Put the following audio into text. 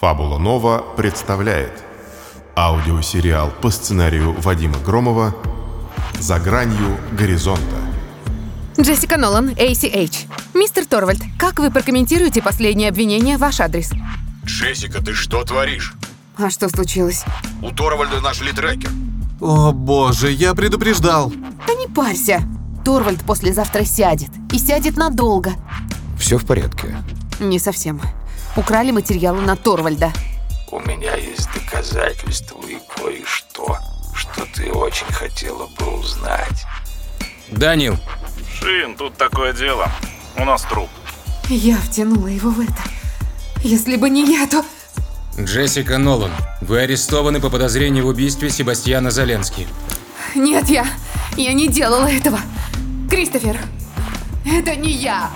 Фабула Нова представляет аудиосериал по сценарию Вадима Громова «За гранью горизонта». Джессика Нолан, ACH. Мистер Торвальд, как вы прокомментируете последнее обвинение в ваш адрес? Джессика, ты что творишь? А что случилось? У Торвальда нашли трекер. О боже, я предупреждал. Да не парься. Торвальд послезавтра сядет. И сядет надолго. Все в порядке. Не совсем. Украли материалы на Торвальда. У меня есть доказательства и кое-что, что ты очень хотела бы узнать. Данил, Шин, тут такое дело. У нас труп. Я втянула его в это. Если бы не я, то... Джессика Нолан, вы арестованы по подозрению в убийстве Себастьяна Заленски. Нет, я... Я не делала этого. Кристофер, это не я.